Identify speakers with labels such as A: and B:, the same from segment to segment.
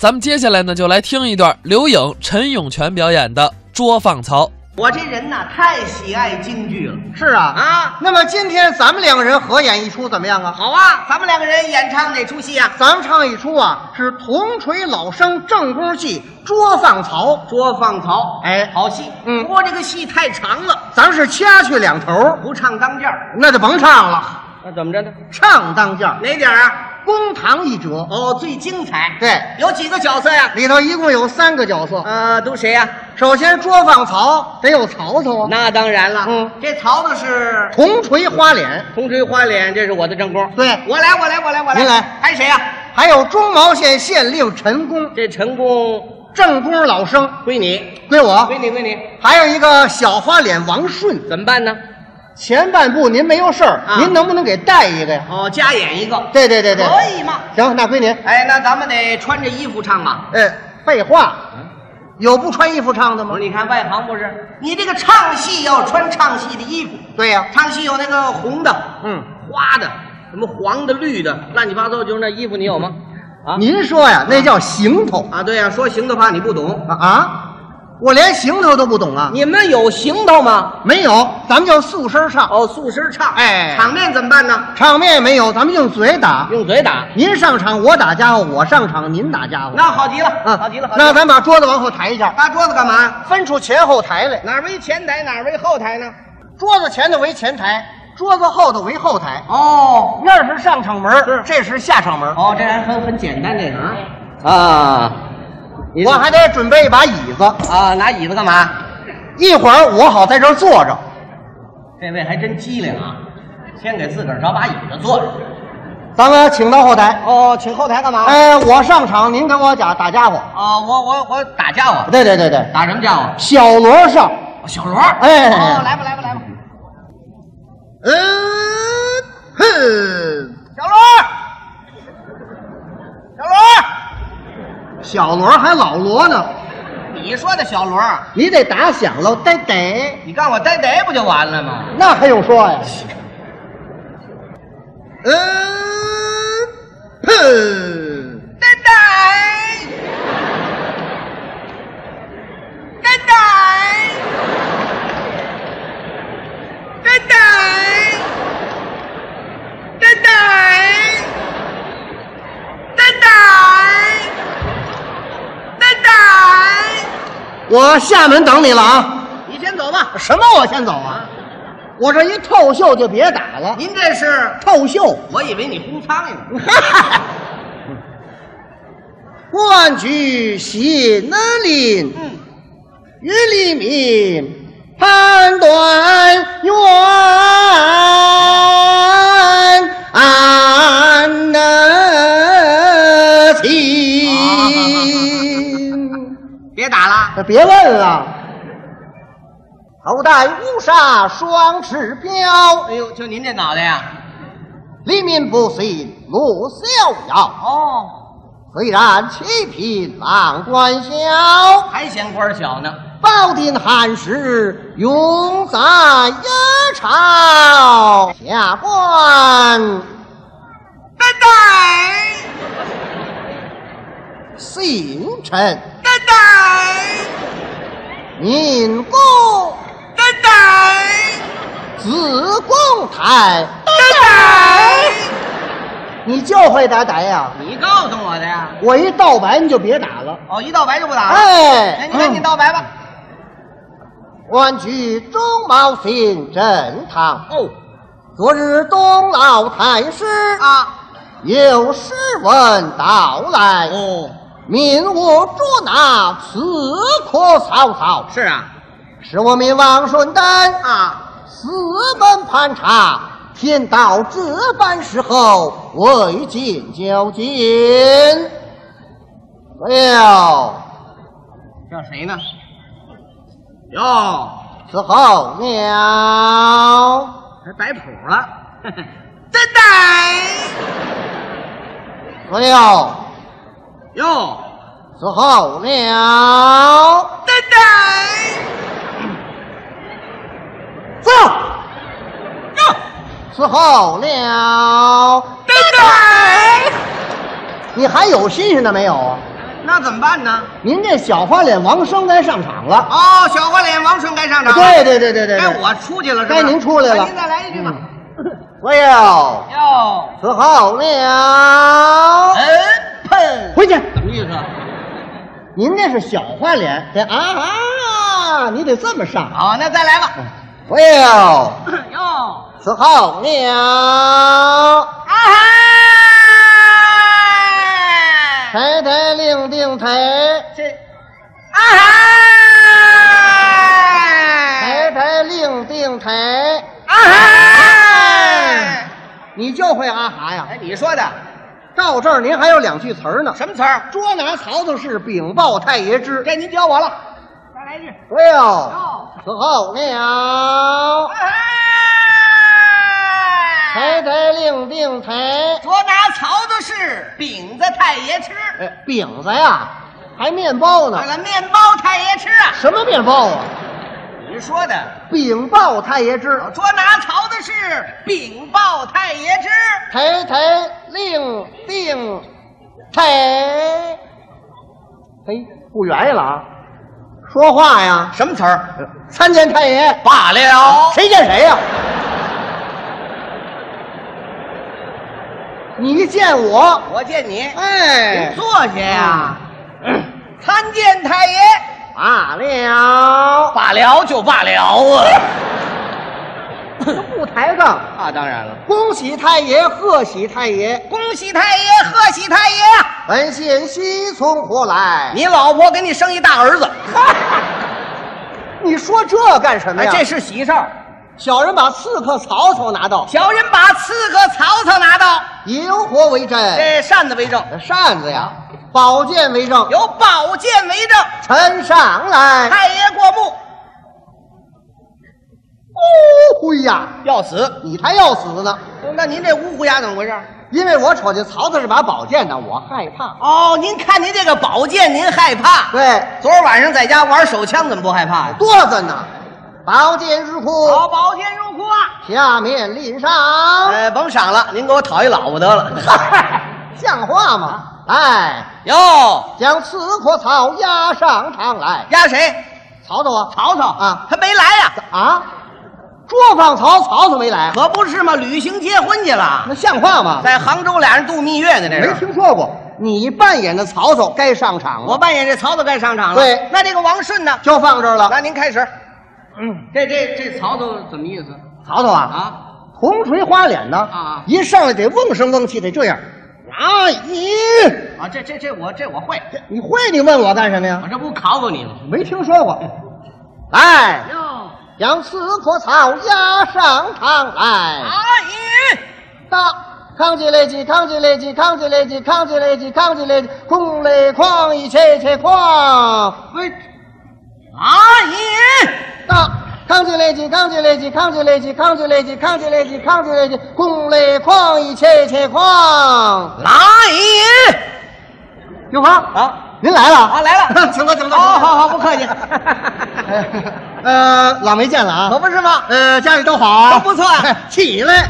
A: 咱们接下来呢，就来听一段刘颖、陈永泉表演的《捉放曹》。
B: 我这人呐，太喜爱京剧了
C: 是啊，
B: 啊！
C: 那么今天咱们两个人合演一出怎么样啊？
B: 好啊，咱们两个人演唱哪出戏啊？
C: 咱们唱一出啊，是铜锤老生正宫戏《捉放曹》，
B: 捉放曹，
C: 哎
B: 好戏。
C: 嗯
B: 不过这个戏太长了，
C: 咱是掐去两头儿，
B: 不唱当间儿。
C: 那就甭唱了，
B: 那怎么着呢？
C: 唱当间儿，
B: 哪点儿啊？
C: 公堂一折。
B: 哦，最精彩。
C: 对，
B: 有几个角色呀？
C: 里头一共有三个角色，
B: 呃，都谁呀？
C: 首先捉放曹得有曹操啊，
B: 那当然了。
C: 嗯，
B: 这曹操是
C: 铜锤花脸，
B: 铜锤花脸，这是我的正宫。
C: 对
B: 我来，我来，我来，我来。
C: 您来
B: 还有谁呀？
C: 还有中毛县县令陈宫，
B: 这陈宫
C: 正宫老生
B: 归你，
C: 归我，
B: 归你，归你。
C: 还有一个小花脸王顺。
B: 怎么办呢？
C: 前半部您没有事儿，
B: 啊
C: 您能不能给带一个呀？
B: 哦，加演一个。
C: 对对对对，
B: 可以吗？
C: 行，那归您。
B: 哎，那咱们得穿着衣服唱啊。
C: 哎，废话，有不穿衣服唱的
B: 我
C: 吗
B: 说？你看外行不是？你这个唱戏要穿唱戏的衣服，
C: 对呀、
B: 唱戏有那个红的、
C: 嗯，
B: 花的、什么黄的、绿的，乱七八糟，就是那衣服你有吗？啊
C: 嗯您说呀，那叫行头
B: 啊，对呀、说行头怕你不懂，
C: 啊啊！我连行头都不懂啊？
B: 你们有行头吗？
C: 没有，咱们就素身唱，
B: 哦，素身唱，
C: 哎
B: 场面怎么办呢？
C: 场面也没有，咱们用嘴打。
B: 用嘴打，
C: 您上场我打家伙，我上场您打家伙。
B: 那好极了，
C: 啊，
B: 好极了，好极
C: 那
B: 了。
C: 咱把桌子往后抬一下，
B: 搭桌子干嘛呀？
C: 分出前后台来。
B: 哪儿为前台，哪儿为后台呢？
C: 桌子前头为前台，桌子后头为后台。
B: 哦，
C: 那儿是上场门儿，
B: 是
C: 这是下场门儿。
B: 哦，这还很很简单，这个啊啊，你
C: 我还得准备一把椅子，
B: 啊拿椅子干嘛？
C: 一会儿我好在这儿坐着。
B: 这位还真机灵啊，先给自个儿找把椅子坐着。
C: 咱们请到后台。
B: 哦，请后台干嘛？
C: 哎，我上场，您跟我打打家伙。
B: 啊，我我我打架我，
C: 对对对对，
B: 打什么架我？
C: 小罗上。
B: 小罗。
C: 哎
B: 哦，来吧来吧来吧，
C: 嗯，哼，
B: 小罗，小罗，
C: 小罗还老罗呢，
B: 你说的小罗，
C: 你得打响了，得得，
B: 你干我呆呆不就完了吗？
C: 那还用说呀？嗯，哼，
B: 呆呆，呆呆，呆呆，呆呆，呆呆，呆呆，
C: 我下门等你了啊！
B: 你先走吧。
C: 什么？我先走啊？我这一透袖就别打了。
B: 您这是？
C: 透袖。
B: 我以为你轰苍蝇呢。
C: 万举西南林，
B: 嗯，
C: 雨里明，判断冤案难清。
B: 别打了。
C: 别问了，头戴乌纱双翅标，
B: 哎呦，就您这脑袋呀、
C: 黎民不信路逍遥。
B: 哦，
C: 虽然七匹狼官枭，
B: 还嫌官儿小呢。
C: 抱定汉室永在压朝。下官
B: 呆呆，
C: 姓陈，
B: 呆呆，
C: 民国
B: 呆呆。
C: 自贡台，你就会打打呀？
B: 你告诉我的呀？
C: 我一道白你就别打了。
B: 哦，一到白就不打了。
C: 哎
B: 哎，你赶紧倒白吧。
C: 官居中茂新正堂，
B: 哦，
C: 昨日东老太师
B: 啊，
C: 有诗文到来。
B: 哦，
C: 民无捉拿，此可曹操。
B: 是啊，
C: 使我民王顺丹，
B: 啊，
C: 四门盘查，天道至般时候，未尽就尽。了，
B: 叫谁呢？哟，
C: 此后了，
B: 还摆谱了。呆呆，
C: 了，
B: 哟，
C: 此后了，
B: 呆呆，
C: 走，
B: 哟，
C: 此后了，
B: 呆呆。
C: 你还有新鲜的没有啊？
B: 那怎么办呢？
C: 您这小花脸王生该上场了。
B: 哦，小花脸王顺该上场了。
C: 对对对对对，对
B: 该我出去了是吧？
C: 该您出来了嗯
B: 那您再来一句吧。
C: 我要
B: 哟，
C: 伺候了。
B: 嗯，喷，
C: 回去，
B: 什么意思？啊
C: 您这是小花脸，得啊啊，你得这么上。
B: 好，那再来吧。
C: 我要
B: 哟，啊
C: 伺候了，
B: 哈，
C: 抬抬令定抬，
B: 这啊哈，哎
C: 抬抬令定抬，
B: 啊哈，
C: 你就会啊哈呀？
B: 哎，你说的
C: 到这儿您还有两句词儿呢。
B: 什么词儿？
C: 捉拿曹操是禀报太爷知。
B: 这您教我了。再来一句。
C: 我要伺候了，
B: 哎，
C: 抬抬令定抬。
B: 捉拿曹操是饼子太爷吃，
C: 哎，饼子呀，还面包呢
B: 那？个面包太爷吃啊。
C: 什么面包啊？
B: 你说的，
C: 禀报太爷知。
B: 捉拿曹操是禀报太爷吃，
C: 抬抬令定抬。嘿，哎不愿意了啊！说话呀！
B: 什么词儿？
C: 参见太爷。
B: 罢了
C: 谁见谁呀、你见我，
B: 我见你，
C: 哎
B: 您，坐下呀。参见太爷。
C: 罢 了，
B: 罢了就罢了啊。
C: 不抬杠。
B: 啊，当然了。
C: 恭喜太爷，贺喜太爷，
B: 恭喜太爷，贺喜太爷！
C: 本县西从何来？
B: 你老婆给你生一大儿子，
C: 你说这干什么
B: 哎，
C: 呀？
B: 这是喜事儿。
C: 小人把刺客曹操拿到，
B: 小人把刺客曹操拿到，
C: 以油火为证，
B: 这扇子为证，
C: 扇子呀，宝剑为证，
B: 有宝剑为证。
C: 臣上来。
B: 太爷过目，
C: 呜呼哦呀，
B: 要死。
C: 你才要死呢！
B: 那您这乌虎牙怎么回事？
C: 因为我瞅见曹操是把宝剑呢，我害怕。
B: 哦，您看您这个宝剑，您害怕。
C: 对，
B: 昨儿晚上在家玩手枪，怎么不害怕呀？
C: 多着呢。宝剑入库，
B: 好，宝剑入库啊！
C: 下面临上，
B: 哎，甭赏了，您给我讨一老婆得 了。
C: 像话吗？来，
B: 哟，
C: 将刺客曹押上场来。
B: 压谁？
C: 曹操啊，
B: 曹操
C: 啊
B: 他没来呀、
C: 啊，捉放曹，曹操没来，
B: 可不是嘛，旅行结婚去了，
C: 那像话吗？
B: 在杭州俩人度蜜月呢，这
C: 没
B: 是。
C: 听说过。你扮演的曹操该上场
B: 我
C: 了，
B: 扮演这曹操该上场了。
C: 对
B: 那这个王顺呢？
C: 就放这儿
B: 那
C: 了。
B: 您开始。
C: 嗯，
B: 这这这曹操怎么意思
C: 曹操啊，
B: 啊？
C: 铜锤花脸呢，
B: 啊
C: 一上来得瓮声瓮气，得这样。啊，你
B: 啊，这这这我这我会，
C: 你会？你问我干什么呀
B: 我？这不考考你吗？
C: 没听说过。来。
B: 哟，
C: 将刺客曹押上堂来。
B: 阿姨，
C: 到，扛起来起，扛起来起，扛起来起，扛起来起，扛起来起，空来哐一切切哐。
B: 喂，阿姨，
C: 到，扛起来起，扛起来起，扛起来起，扛起来起，扛起来起，扛起来起，空来哐一切切哐。
B: 阿姨
C: 有吗？
B: 啊
C: 您来了
B: 啊
C: 啊！
B: 来 了，
C: 请坐，请坐。
B: 好好好，不客 气，
C: 呃，老没见了
B: 可
C: 啊。
B: 不是吗？
C: 呃，家里都好啊，
B: 都不错
C: 哎起来。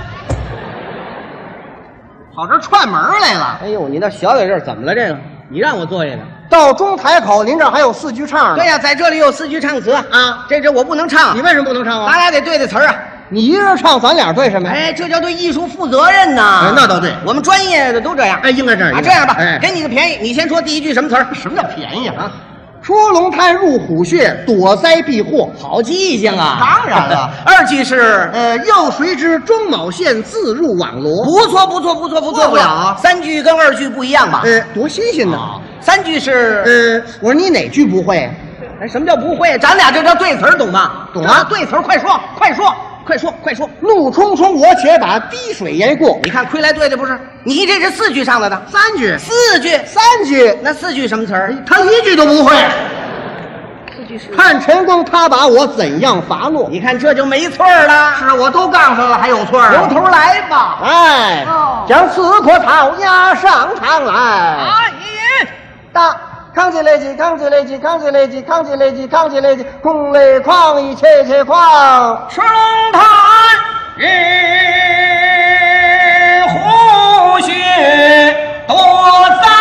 B: 跑这串门来了。
C: 哎呦，你那小点劲，怎么了？这个
B: 你让我坐下呢？
C: 到中台口，您这儿还有四句唱呢
B: 对。呀，在这里有四句唱词啊，
C: 啊，
B: 这这我不能唱
C: 你
B: 啊，
C: 为什么不能唱
B: 咱
C: 啊？
B: 俩得对着词儿啊。
C: 你一人唱，咱俩对什么呀？
B: 哎，这叫对艺术负责任呐
C: 哎。那倒对
B: 我们专业的都这样。
C: 哎，应该这样。
B: 啊，
C: 应
B: 这
C: 该
B: 样吧，
C: 哎，
B: 给你个便宜，你先说第一句什么词儿？什么叫便宜啊？
C: 出龙滩入虎穴，躲灾避祸。
B: 好记性啊！
C: 当然了
B: 二句是
C: 呃，又谁知中卯县自入网罗？
B: 不错，不错，不错，不错，
C: 错不了啊
B: 三句跟二句不一样吧？
C: 呃，多新鲜呐！
B: 啊三句是，
C: 呃，我说你哪句不会啊？
B: 哎，什么叫不会？咱俩这叫对词儿，懂吗？
C: 懂啊
B: 这叫对词儿，快说，快说，快说，快说！
C: 怒冲冲，我且把滴水淹过。
B: 你看，亏来对的不是？你这是四句上来的，
C: 三句，
B: 四句，
C: 三句，
B: 那四句什么词儿？
C: 他一句都不会。
B: 四句是。
C: 看陈光他把我怎样罚落？
B: 你看这就没错儿了，
C: 是啊我都杠上了，还有错啊
B: 由头来吧。
C: 哎
B: 哦，啊
C: 将刺客曹押上场来。
B: 姨。
C: 大，扛起来起，扛起来起，扛起来起，扛起来起，扛起来起，攻来哐一切切哐。
B: 生坛日虎穴多灾。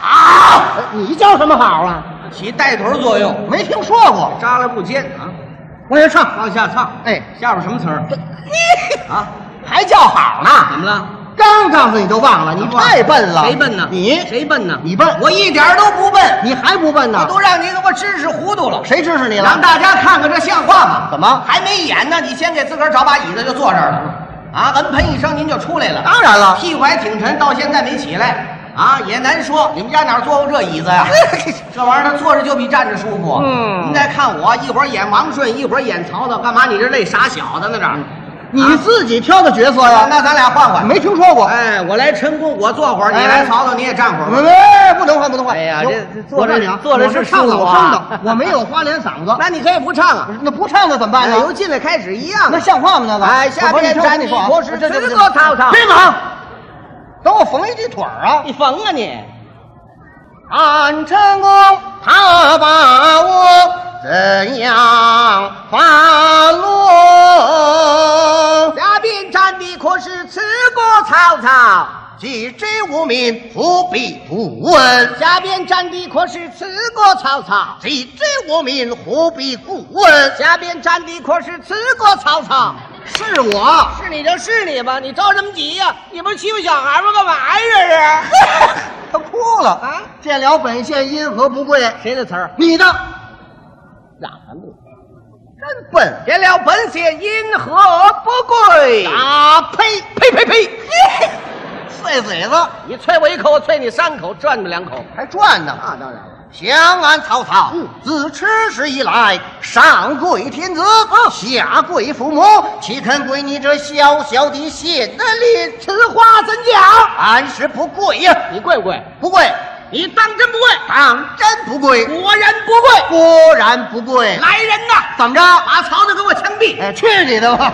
B: 啊
C: 哎啊
B: 起带头作用，
C: 没听说过。
B: 扎了不尖啊，
C: 我也唱，
B: 往下唱。
C: 哎
B: 下边什么词儿啊？
C: 还叫好
B: 怎
C: 呢？
B: 么了？
C: 刚刚子你就忘了，你太笨了。
B: 谁笨呢？
C: 你
B: 谁笨呢？
C: 你笨，
B: 我一点儿都不笨，
C: 你还不笨呢
B: 我？都让你给我吃吃糊涂了。
C: 谁支持你
B: 让
C: 了？
B: 大家看看这像话吗？
C: 怎么
B: 还没演呢？你先给自个儿找把椅子就坐这儿了，啊，闻喷一声您就出来了。
C: 当然了
B: 屁股还挺沉，到现在没起来，啊，也难说。你们家哪儿坐过这椅子 呀、这玩意儿它坐着就比站着舒服。
C: 嗯
B: 您再看我，一会儿演王顺，一会儿演曹操，干嘛？你这累傻小子呢？这儿，
C: 你
B: 啊
C: 自己挑的角色
B: 那
C: 呀，
B: 那咱俩换换。
C: 没听说过。
B: 哎，我来陈宫，我坐会儿；你
C: 哎
B: 来曹操，你也站会
C: 不
B: 儿。
C: 不不能换，不能换。
B: 哎呀
C: 有
B: 这这坐
C: 我
B: 着
C: 告诉你啊，
B: 坐着
C: 我
B: 是
C: 是唱
B: 舒服
C: 老生
B: 啊
C: 的，我没有花脸嗓子。
B: 那你可以不唱啊，
C: 那不唱那怎么办
B: 哎
C: 呢？
B: 由进来开始一样。
C: 那像话吗？那个，
B: 哎下
C: 我不
B: 边
C: 是你听我
B: 站
C: 跟你
B: 一
C: 说啊，
B: 坨屎
C: 这
B: 吃
C: 这这
B: 个曹操
C: 别忙，等我缝一鸡腿儿啊！
B: 你缝啊你！
C: 安成功，他把我怎样反落？
B: 下边站的可是此个曹操，
C: 既知无名，何必不问？
B: 下边站的可是此个曹操，
C: 既知无名，何必故问？
B: 下边站的可是此个曹操。
C: 是我。
B: 是你就是你吧，你着什么急呀、你不是欺负小孩吗？干嘛呀这是？
C: 他哭了
B: 啊！
C: 见了本县因何不跪？
B: 谁的词儿？
C: 你的，哪门子？真笨！
B: 原了本县因何不跪
C: 啊呸呸呸呸！碎嘴子
B: 你啐我一口，我啐你三口，转你两口。
C: 还转呢！啊，当然了。降安曹操，
B: 嗯
C: 自吃时以来，上跪天子，
B: 啊
C: 下跪父母，岂肯跪你这小小的县里？
B: 此话怎讲？
C: 俺是不跪呀，
B: 你跪不跪？
C: 不跪，
B: 你当真不跪？
C: 当真不跪，
B: 果然不跪。
C: 果然不跪。
B: 来人呐，
C: 怎么着？
B: 把曹操给我枪毙！
C: 哎，去你的吧！